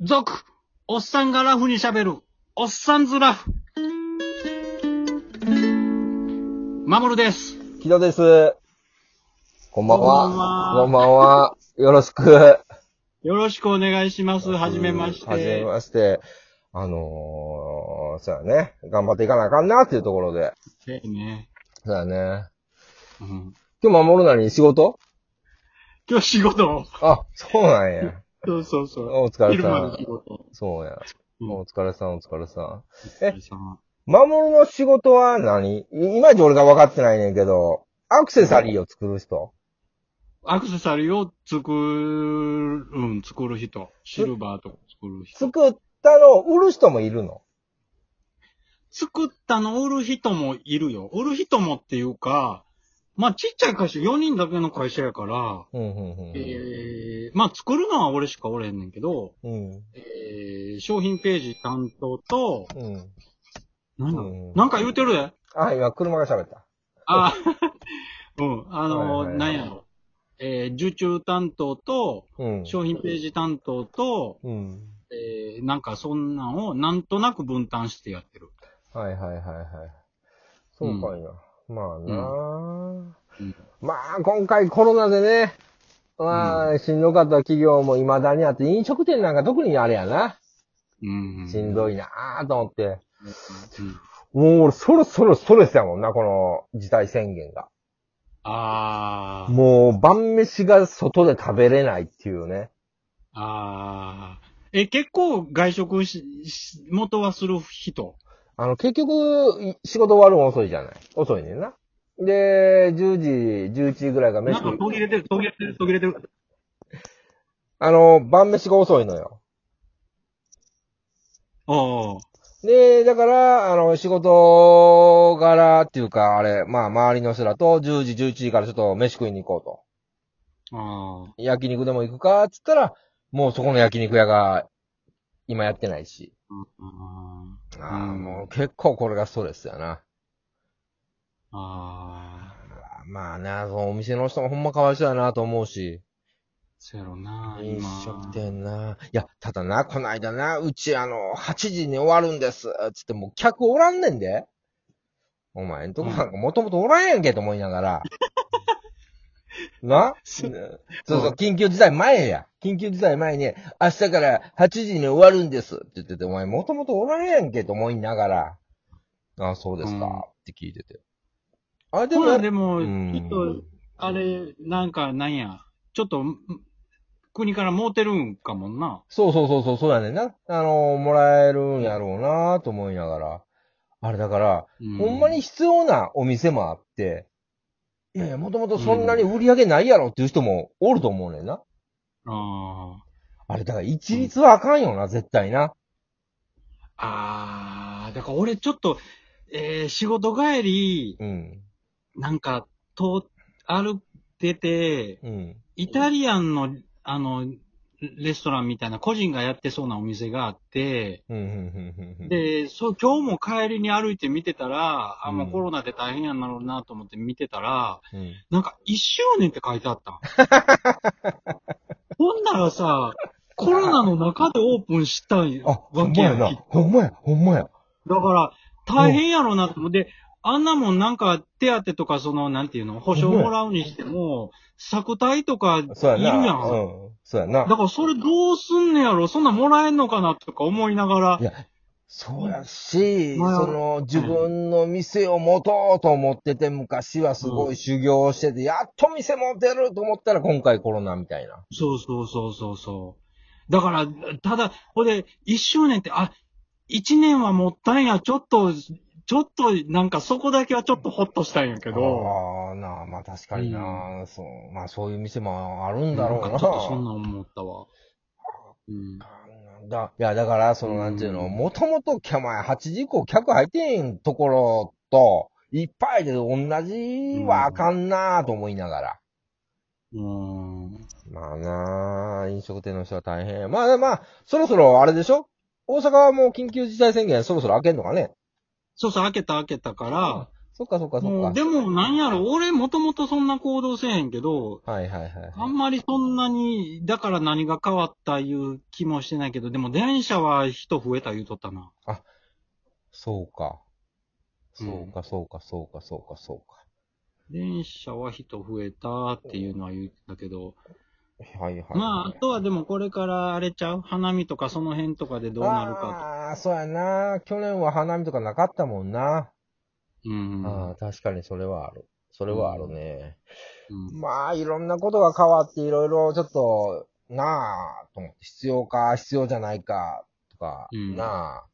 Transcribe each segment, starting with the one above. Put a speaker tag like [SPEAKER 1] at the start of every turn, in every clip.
[SPEAKER 1] 続、おっさんがラフに喋る、おっさんずラフ。まもるです。
[SPEAKER 2] 木戸です。こんばんは。
[SPEAKER 1] こんばんは
[SPEAKER 2] んばんは。よろしく。
[SPEAKER 1] よろしくお願いします。はじめまして。
[SPEAKER 2] はじめまして。あのー、そうやね。頑張っていかなあかんなっていうところで。
[SPEAKER 1] せやね、
[SPEAKER 2] そうやね。
[SPEAKER 1] うん。
[SPEAKER 2] 今日守るなりに仕事
[SPEAKER 1] 今日仕事。
[SPEAKER 2] あ、そうな んや。
[SPEAKER 1] そうそうそう。
[SPEAKER 2] お疲れ
[SPEAKER 1] 昼
[SPEAKER 2] さ
[SPEAKER 1] まで仕
[SPEAKER 2] ん。
[SPEAKER 1] 事。
[SPEAKER 2] そうや。
[SPEAKER 1] うん
[SPEAKER 2] お疲れさん、お疲れさん。
[SPEAKER 1] お
[SPEAKER 2] え
[SPEAKER 1] 疲れ様
[SPEAKER 2] 守るの仕事は何いいまいち俺が分かってないねんけど、アクセサリーを作る人
[SPEAKER 1] アクセサリーを作る、うん、作る人。シルバーとか作る人。
[SPEAKER 2] 作ったのを売る人もいるの
[SPEAKER 1] 作ったの売る人もいるよ。売る人もっていうか、まあ、ちっちゃい会社、4人だけの会社やから、
[SPEAKER 2] うん、うん、うんうん。
[SPEAKER 1] えー、まあ作るのは俺しかおれへんねんけど、
[SPEAKER 2] うん。
[SPEAKER 1] えー、商品ページ担当と、
[SPEAKER 2] うん。
[SPEAKER 1] なんだ
[SPEAKER 2] うん
[SPEAKER 1] なんか言うてるで
[SPEAKER 2] あ、今車が喋った。
[SPEAKER 1] あ、 うん、あの、
[SPEAKER 2] はいはいはい
[SPEAKER 1] なんやろ。えー、受注担当と、
[SPEAKER 2] うん。
[SPEAKER 1] 商品ページ担当と、
[SPEAKER 2] うん。
[SPEAKER 1] えー、なんかそんなんをなんとなく分担してやってる。
[SPEAKER 2] はいはいはいはい。そうかいな。まあなあ、
[SPEAKER 1] うん
[SPEAKER 2] まあ、今回コロナでね、まあ、しんどかった企業も未だにあって、飲食店なんか特にあれやな。
[SPEAKER 1] うん。
[SPEAKER 2] し
[SPEAKER 1] うん
[SPEAKER 2] どいなあと思って。
[SPEAKER 1] ん
[SPEAKER 2] もう俺、そろそろストレスやもんな、この事態宣言が。
[SPEAKER 1] あー、
[SPEAKER 2] もう、晩飯が外で食べれないっていうね。
[SPEAKER 1] あー。え、結構外食し、し元はする人
[SPEAKER 2] あの、結局、い仕事終わるの遅いじゃない。遅いねんな。で、10時、11時ぐらいが飯
[SPEAKER 1] なんか途切れてる、途切れてる、途切れてる。
[SPEAKER 2] あの、晩飯が遅いのよ。
[SPEAKER 1] ああ。
[SPEAKER 2] で、だから、あの、仕事柄っていうか、あれ、まあ、周りの人らと、10時、11時からちょっと飯食いに行こ
[SPEAKER 1] ああ。
[SPEAKER 2] うと。焼肉でも行くかっつったら、もうそこの焼肉屋が、今やってないし。
[SPEAKER 1] あ
[SPEAKER 2] ああ、
[SPEAKER 1] うん
[SPEAKER 2] もう結構これがストレスやな。
[SPEAKER 1] あー。
[SPEAKER 2] あまあな、そのお店の人もほんまかわいそうやなと思うし。
[SPEAKER 1] そやろな、
[SPEAKER 2] 飲
[SPEAKER 1] 今。
[SPEAKER 2] 食店な。いや、ただな、こないだな、うちあの、8時に終わるんです。つってもう客おらんねんで。お前んとこなんかもともとおらんやんけと思いな がら。な
[SPEAKER 1] そ
[SPEAKER 2] そうそう、緊急事態前や。緊急事態前に、明日から8時に終わるんですって言ってて、お前もともとおらんやんけと思いながら。あそうですか、
[SPEAKER 1] うん
[SPEAKER 2] って聞いてて。あ、で
[SPEAKER 1] ほ
[SPEAKER 2] も
[SPEAKER 1] ら、、でも、
[SPEAKER 2] うん
[SPEAKER 1] ちょっと、あれ、なんか、なんや、ちょっと、ん国からもうてるんかもんな。
[SPEAKER 2] そうそうそうそう、そうやねんな。あのもらえるんやろうなと思いながら。あれだから、
[SPEAKER 1] う
[SPEAKER 2] ほんまに必要なお店もあって、いやいや、もともとそんなに売り上げないやろっていう人もおると思うねんな。
[SPEAKER 1] あ
[SPEAKER 2] あれだから一律はあかんよな、絶対な。
[SPEAKER 1] あ。ああ、だから俺ちょっと、えー、仕事帰り、
[SPEAKER 2] うん。
[SPEAKER 1] なんか、と、歩いてて、
[SPEAKER 2] うん。
[SPEAKER 1] イタリアンの、あの、レストランみたいな、個人がやってそうなお店があって、
[SPEAKER 2] うん、うん、うん、うん。、
[SPEAKER 1] で、そう、今日も帰りに歩いて見てたら、あ、
[SPEAKER 2] うん
[SPEAKER 1] もうコロナで大変やんなろうなと思って見てたら、
[SPEAKER 2] うん。
[SPEAKER 1] なんか1周年って書いてあ った。ほんならさ、コロナの中でオープンしたい
[SPEAKER 2] あ、ほ
[SPEAKER 1] わ
[SPEAKER 2] ん
[SPEAKER 1] けや
[SPEAKER 2] まや
[SPEAKER 1] ん。
[SPEAKER 2] な
[SPEAKER 1] だ。
[SPEAKER 2] ほんまや、ほんまや。
[SPEAKER 1] から、大変やろうなと思って、であんなもんなんか手当とかその、なんていうの、保証もらうにしても、作態とかいる
[SPEAKER 2] そうやな。
[SPEAKER 1] や。
[SPEAKER 2] うんん。そうやな。
[SPEAKER 1] だからそれどうすんねやろそんなんもらえんのかなとか思いながら
[SPEAKER 2] い、や、そうやし、
[SPEAKER 1] まあ
[SPEAKER 2] その、自分の店を持とうと思ってて、昔はすごい修行をしてて、やっと店持てると思ったら今回コロナみたいな。
[SPEAKER 1] そうそうそうそうそう。だから、ただ、ほんで、一周年って、あ、一年はもったいな、ちょっと、ちょっと、なんかそこだけはちょっとホッとしたんやけど、
[SPEAKER 2] ああ、なあ、まあ確かにな、そう、まあそういう店もあるんだろう
[SPEAKER 1] なん
[SPEAKER 2] な。
[SPEAKER 1] かちょっとそんな思ったわ。うん。
[SPEAKER 2] だいや、だから、その、なんていうの、もともと、きゃ前、8時以降客入ってへんところと、いっぱいで同じはあかんなと思いながら。
[SPEAKER 1] うん。
[SPEAKER 2] まあなあ、飲食店の人は大変。まあまあ、そろそろあれでしょ大阪はもう緊急事態宣言そろそろ開けんのかね
[SPEAKER 1] そうそう、開けた開けたから、
[SPEAKER 2] そっかそっかそっ
[SPEAKER 1] も
[SPEAKER 2] か
[SPEAKER 1] う、。でもなんやろ、俺もともとそんな行動せえへんけど、
[SPEAKER 2] はいはいはい。
[SPEAKER 1] あんまりそんなに、だから何が変わったいう気もしてないけど、でも電車は人増えた言うとったな。
[SPEAKER 2] そうか。
[SPEAKER 1] うん
[SPEAKER 2] そうかそうかそうかそうかそうか。
[SPEAKER 1] 電車は人増えたっていうのは言うんだけど、
[SPEAKER 2] はいはいはい。
[SPEAKER 1] まあ、あとはでもこれからあれちゃう花見とかその辺とかでどうなるか
[SPEAKER 2] ああー、そうやな。去年は花見とかなかったもんな。
[SPEAKER 1] と。うん。
[SPEAKER 2] ああ、確かにそれはある。それはあるね。
[SPEAKER 1] うん
[SPEAKER 2] まあ、いろんなことが変わって、いろいろちょっと、なあ、と思って、必要か、必要じゃないか、とか、
[SPEAKER 1] うん
[SPEAKER 2] なあ。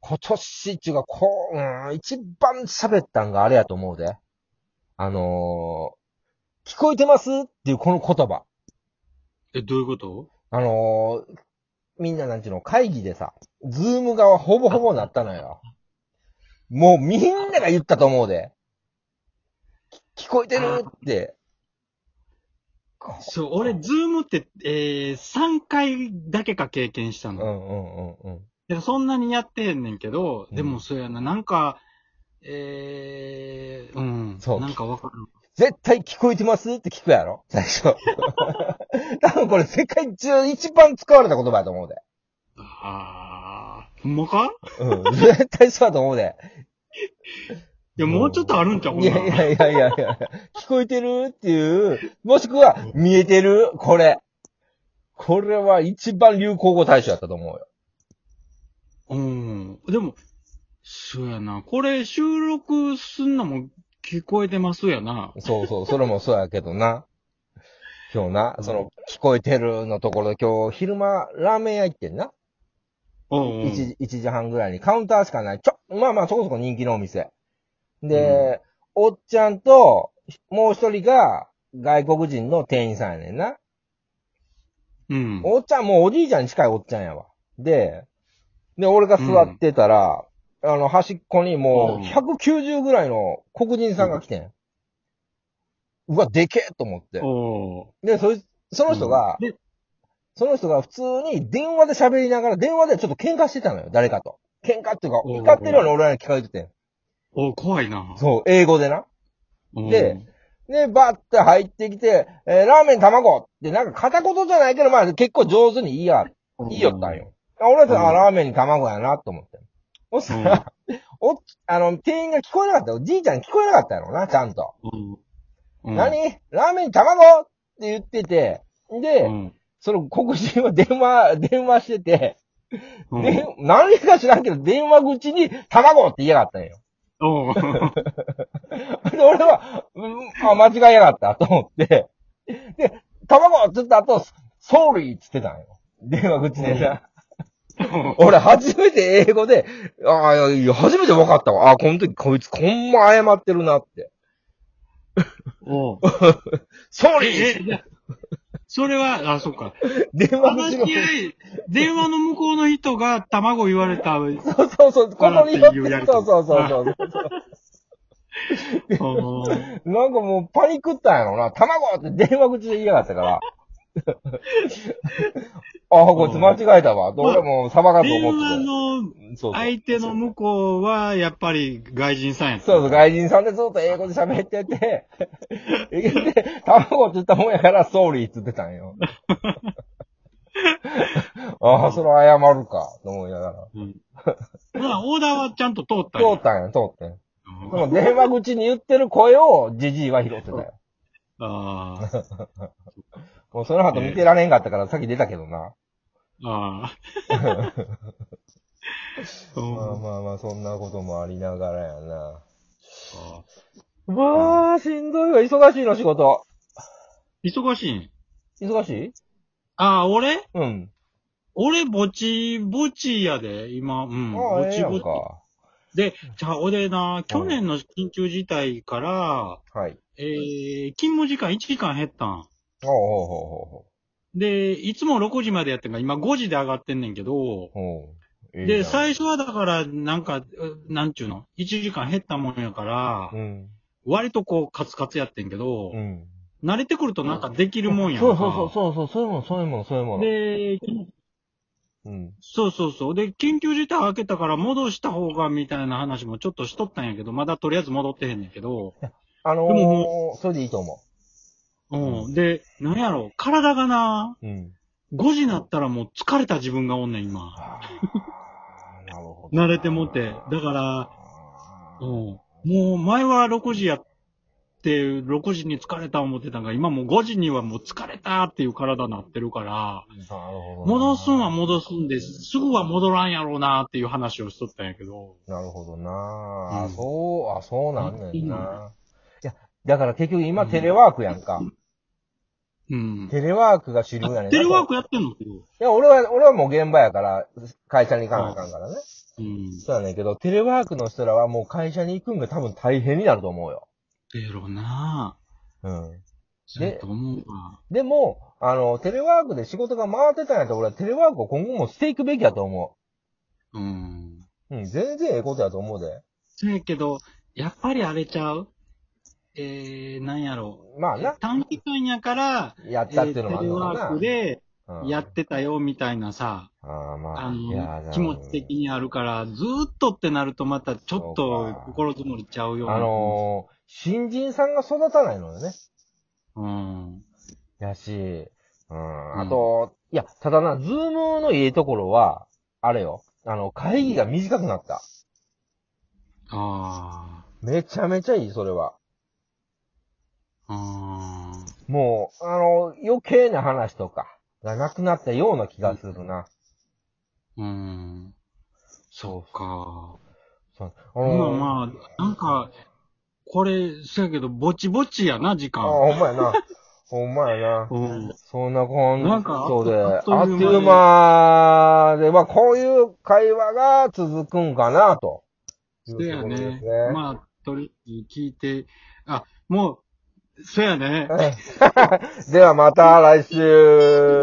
[SPEAKER 2] 今年っていうか、こう、うん、一番喋ったんがあれやと思うで。あのー聞こえてますっていうこの言葉。
[SPEAKER 1] え、どういうこと
[SPEAKER 2] あのーみんななんちゅうの、会議でさ、ズーム側ほぼほぼなったのよ。もうみんなが言ったと思うで。き聞こえてるって。こ
[SPEAKER 1] そう、俺、ズームって、えー、3回だけか経験した
[SPEAKER 2] う
[SPEAKER 1] の。
[SPEAKER 2] んうんうんうん。
[SPEAKER 1] いやそんなにやってへんねんけど、
[SPEAKER 2] うん
[SPEAKER 1] でもそうやな、なんか、えー、うん。
[SPEAKER 2] そう
[SPEAKER 1] なんかわかる。
[SPEAKER 2] 絶対聞こえてますって聞くやろ最 初。多分これ世界中一番使われた言葉やと思うで。
[SPEAKER 1] あー、ほんまか
[SPEAKER 2] うん。 絶対そうやと思うで。
[SPEAKER 1] いや、もうちょっとあるんちゃうほん
[SPEAKER 2] い
[SPEAKER 1] な
[SPEAKER 2] や
[SPEAKER 1] ら
[SPEAKER 2] いやいやいやいや。聞こえてるっていう、もしくは見えてるこれ。これは一番流行語大賞やったと思うよ。
[SPEAKER 1] うん。でも、そうやな。これ収録すんのも聞こえてますやな。
[SPEAKER 2] そうそう、それもそうやけどな。今日な、その、聞こえてるのところで今日昼間ラーメン屋行ってんな。
[SPEAKER 1] うんうん。
[SPEAKER 2] 1時、1時半ぐらいにカウンターしかない。ちょ、まあまあそこそこ人気のお店。で、おっちゃんと、もう一人が外国人の店員さんやねんな。
[SPEAKER 1] うん。
[SPEAKER 2] おっちゃん、もうおじいちゃんに近いおっちゃんやわ。で、で、俺が座ってたら、あの、端っこにもう
[SPEAKER 1] うん
[SPEAKER 2] 190ぐらいの黒人さんが来てん。うわ、でけえと思って。
[SPEAKER 1] おー
[SPEAKER 2] で、そいその人が、
[SPEAKER 1] うんで
[SPEAKER 2] その人が普通に電話で喋りながら、電話でちょっと喧嘩してたのよ、誰かと。喧嘩っていうか、
[SPEAKER 1] うん
[SPEAKER 2] 怒ってるように俺らに聞かれててん。
[SPEAKER 1] おー怖いな。
[SPEAKER 2] そう、英語でな。
[SPEAKER 1] うん
[SPEAKER 2] で、で、バッて入ってきて、えーラーメン卵って、なんか片言じゃないけど、まあ結構上手に言いや、言いよったんよ。あ俺はさ、
[SPEAKER 1] うん
[SPEAKER 2] あラーメンに卵やなと思って。おっさん、おっ、あの、店員が聞こえなかった。おじいちゃん聞こえなかったやろな、ちゃんと。
[SPEAKER 1] うん。うん
[SPEAKER 2] 何ラーメンに卵って言ってて、で、
[SPEAKER 1] うん。
[SPEAKER 2] その黒人は電話、 電話してて、
[SPEAKER 1] うん
[SPEAKER 2] で何か知らんけど、電話口に卵って言いやがったんよ。
[SPEAKER 1] おー
[SPEAKER 2] で、俺は、うん、あ、間違いやがった、と思って。で、卵を釣った後、ソーリーっつってたんよ。電話口でな。俺、初めて英語で、ああ、いや、初めて分かったわ。ああ、この時、こいつ、こんま謝ってるなって。
[SPEAKER 1] おー
[SPEAKER 2] ソーリー
[SPEAKER 1] え、え、じゃあそれは、あ、そうか。
[SPEAKER 2] 電話
[SPEAKER 1] 話
[SPEAKER 2] 口
[SPEAKER 1] し
[SPEAKER 2] の。
[SPEAKER 1] 合い、電話の向こうの人が卵言われた。うん
[SPEAKER 2] そうそうそう、このによっ
[SPEAKER 1] 笑って言うや
[SPEAKER 2] て、
[SPEAKER 1] りと
[SPEAKER 2] そう
[SPEAKER 1] り
[SPEAKER 2] そうそうそう。なんかもうパニックったんやろな。卵って電話口で言いやがったから。 ああ、こいつ間違えたわ。俺もさばかと
[SPEAKER 1] 電
[SPEAKER 2] 思
[SPEAKER 1] 話
[SPEAKER 2] って
[SPEAKER 1] の
[SPEAKER 2] て。そうそう
[SPEAKER 1] 相手の向こうは、やっぱり外人さんやった。
[SPEAKER 2] そうそう、外人さんでずっと英語で喋っ てて、で、卵って言ったもんやから、ソーリーって言ってた んよ。ああ、それ謝るか、と思いながら。
[SPEAKER 1] うん。ほら、オーダーはちゃんと通ったんや
[SPEAKER 2] 通ったんや、通ってん。でも電話口に言ってる声を、じじいは拾ってたよ。
[SPEAKER 1] あー
[SPEAKER 2] もうその後見てられんかったから、さっき出たけどな。
[SPEAKER 1] あ ー。う
[SPEAKER 2] まあ
[SPEAKER 1] ん
[SPEAKER 2] まあまあ、そんなこともありながらやな。
[SPEAKER 1] あ
[SPEAKER 2] まあ、しんどいわ、忙しいの仕事。
[SPEAKER 1] ー忙しいん
[SPEAKER 2] 忙しい
[SPEAKER 1] ああ、俺
[SPEAKER 2] うん。
[SPEAKER 1] 俺、ぼちぼちやで、今。うん。
[SPEAKER 2] ああ、
[SPEAKER 1] ぼ
[SPEAKER 2] ええ
[SPEAKER 1] ち
[SPEAKER 2] や
[SPEAKER 1] ぼ
[SPEAKER 2] ん
[SPEAKER 1] ち
[SPEAKER 2] か。。は
[SPEAKER 1] で、じゃあ、俺な、去年の緊急事態から、
[SPEAKER 2] い。
[SPEAKER 1] えー、勤務時間1時間減ったん。
[SPEAKER 2] おうおうおうおうおう。
[SPEAKER 1] で、いつも6時までやってんが、今5時で上がってんねんけど、
[SPEAKER 2] ほう。
[SPEAKER 1] で、最初
[SPEAKER 2] 初。
[SPEAKER 1] はだから、なんか、うなんちゅうの ?1 時間減ったもんやから
[SPEAKER 2] う、ん。
[SPEAKER 1] 割とこう、カツカツやってんけど
[SPEAKER 2] う、ん。
[SPEAKER 1] 慣れてくるとなんかできるもんやんか
[SPEAKER 2] そうそうそう、そうそう、そういうもん、そういうもん、そういうもん。
[SPEAKER 1] で、
[SPEAKER 2] うん。
[SPEAKER 1] そうそうそう。で、緊急事態開けたから戻した方が、みたいな話もちょっとしとったんやけど、まだとりあえず戻ってへんねんけど。
[SPEAKER 2] あの
[SPEAKER 1] でも
[SPEAKER 2] ー、それでいいと
[SPEAKER 1] う
[SPEAKER 2] 思
[SPEAKER 1] ん。で、なんやろ、体がな、
[SPEAKER 2] う。うん。
[SPEAKER 1] 5時になったらもう疲れた自分がおんねん、今。
[SPEAKER 2] あーなるほど。
[SPEAKER 1] 慣れてもって。だから、うん。もう前は6時やって、6時に疲れた思ってたんが、今もう5時にはもう疲れたっていう体になってるから、
[SPEAKER 2] なるほどな。
[SPEAKER 1] 戻すんは戻すんです。すぐは戻らんやろうなっていう話をしとったんやけど。
[SPEAKER 2] なるほどな、あ
[SPEAKER 1] うん
[SPEAKER 2] そう、あ、そうなんねん
[SPEAKER 1] う
[SPEAKER 2] な。いや、だから結局今
[SPEAKER 1] うん
[SPEAKER 2] テレワークやんか。
[SPEAKER 1] うん。
[SPEAKER 2] テレワークが主流やねんな
[SPEAKER 1] テレワーク
[SPEAKER 2] い
[SPEAKER 1] やってんのけど。
[SPEAKER 2] や、俺は、俺はもう現場やから、会社に行かなあかんからね。
[SPEAKER 1] うん。
[SPEAKER 2] そうやねんけど、テレワークの人らはもう会社に行くんが多分大変になると思うよ。
[SPEAKER 1] やろな
[SPEAKER 2] うん。
[SPEAKER 1] そうやと思うわ。
[SPEAKER 2] でも、あの、テレワークで仕事が回ってたんやったら俺はテレワークを今後もしていくべきやと思
[SPEAKER 1] うん。
[SPEAKER 2] う。うん、全然ええことやと思うで。
[SPEAKER 1] そうやけど、やっぱりあれちゃうえー、なんやろ
[SPEAKER 2] まあな、
[SPEAKER 1] 短期間やから、
[SPEAKER 2] やっ
[SPEAKER 1] え
[SPEAKER 2] たっ
[SPEAKER 1] ー
[SPEAKER 2] てい
[SPEAKER 1] テ
[SPEAKER 2] うの
[SPEAKER 1] レ
[SPEAKER 2] もあるの
[SPEAKER 1] ワ
[SPEAKER 2] かな。
[SPEAKER 1] ークで
[SPEAKER 2] うん
[SPEAKER 1] やってたよみたいなさ、
[SPEAKER 2] ああ、まあ、
[SPEAKER 1] あ
[SPEAKER 2] いや
[SPEAKER 1] の、気持ち的にあるから、ずーっとってなるとまたちょっ
[SPEAKER 2] そう
[SPEAKER 1] と
[SPEAKER 2] か
[SPEAKER 1] 心積もりちゃうような。
[SPEAKER 2] あのー新人さんが育たないのよね。
[SPEAKER 1] うん。
[SPEAKER 2] やし、うん、
[SPEAKER 1] ん
[SPEAKER 2] あと、いや、ただな、ズームのいいところは、あれよ、あの、会議が短くなった。
[SPEAKER 1] あ
[SPEAKER 2] めちゃめちゃいい、それは。
[SPEAKER 1] あ。あー
[SPEAKER 2] もう、あの、余計な話とか、がなくなったような気がするな。
[SPEAKER 1] うん。そうか。
[SPEAKER 2] そうあ
[SPEAKER 1] まあ
[SPEAKER 2] のー
[SPEAKER 1] まあ、なんか、これ、そやけど、ぼちぼちやな、時
[SPEAKER 2] あ、
[SPEAKER 1] 間。
[SPEAKER 2] ほんまやな。ほんまやな。
[SPEAKER 1] うん。
[SPEAKER 2] そんなこん
[SPEAKER 1] なんか
[SPEAKER 2] そうで、あ
[SPEAKER 1] あ
[SPEAKER 2] っ
[SPEAKER 1] っ
[SPEAKER 2] と
[SPEAKER 1] と
[SPEAKER 2] い
[SPEAKER 1] いうう
[SPEAKER 2] 間で、まあ、こういう会話が続くんかな、と。
[SPEAKER 1] そうや
[SPEAKER 2] いうところで
[SPEAKER 1] ね
[SPEAKER 2] すね。
[SPEAKER 1] まあ、とりあえず聞いて、あ、もう、そやね。
[SPEAKER 2] ではまた来週。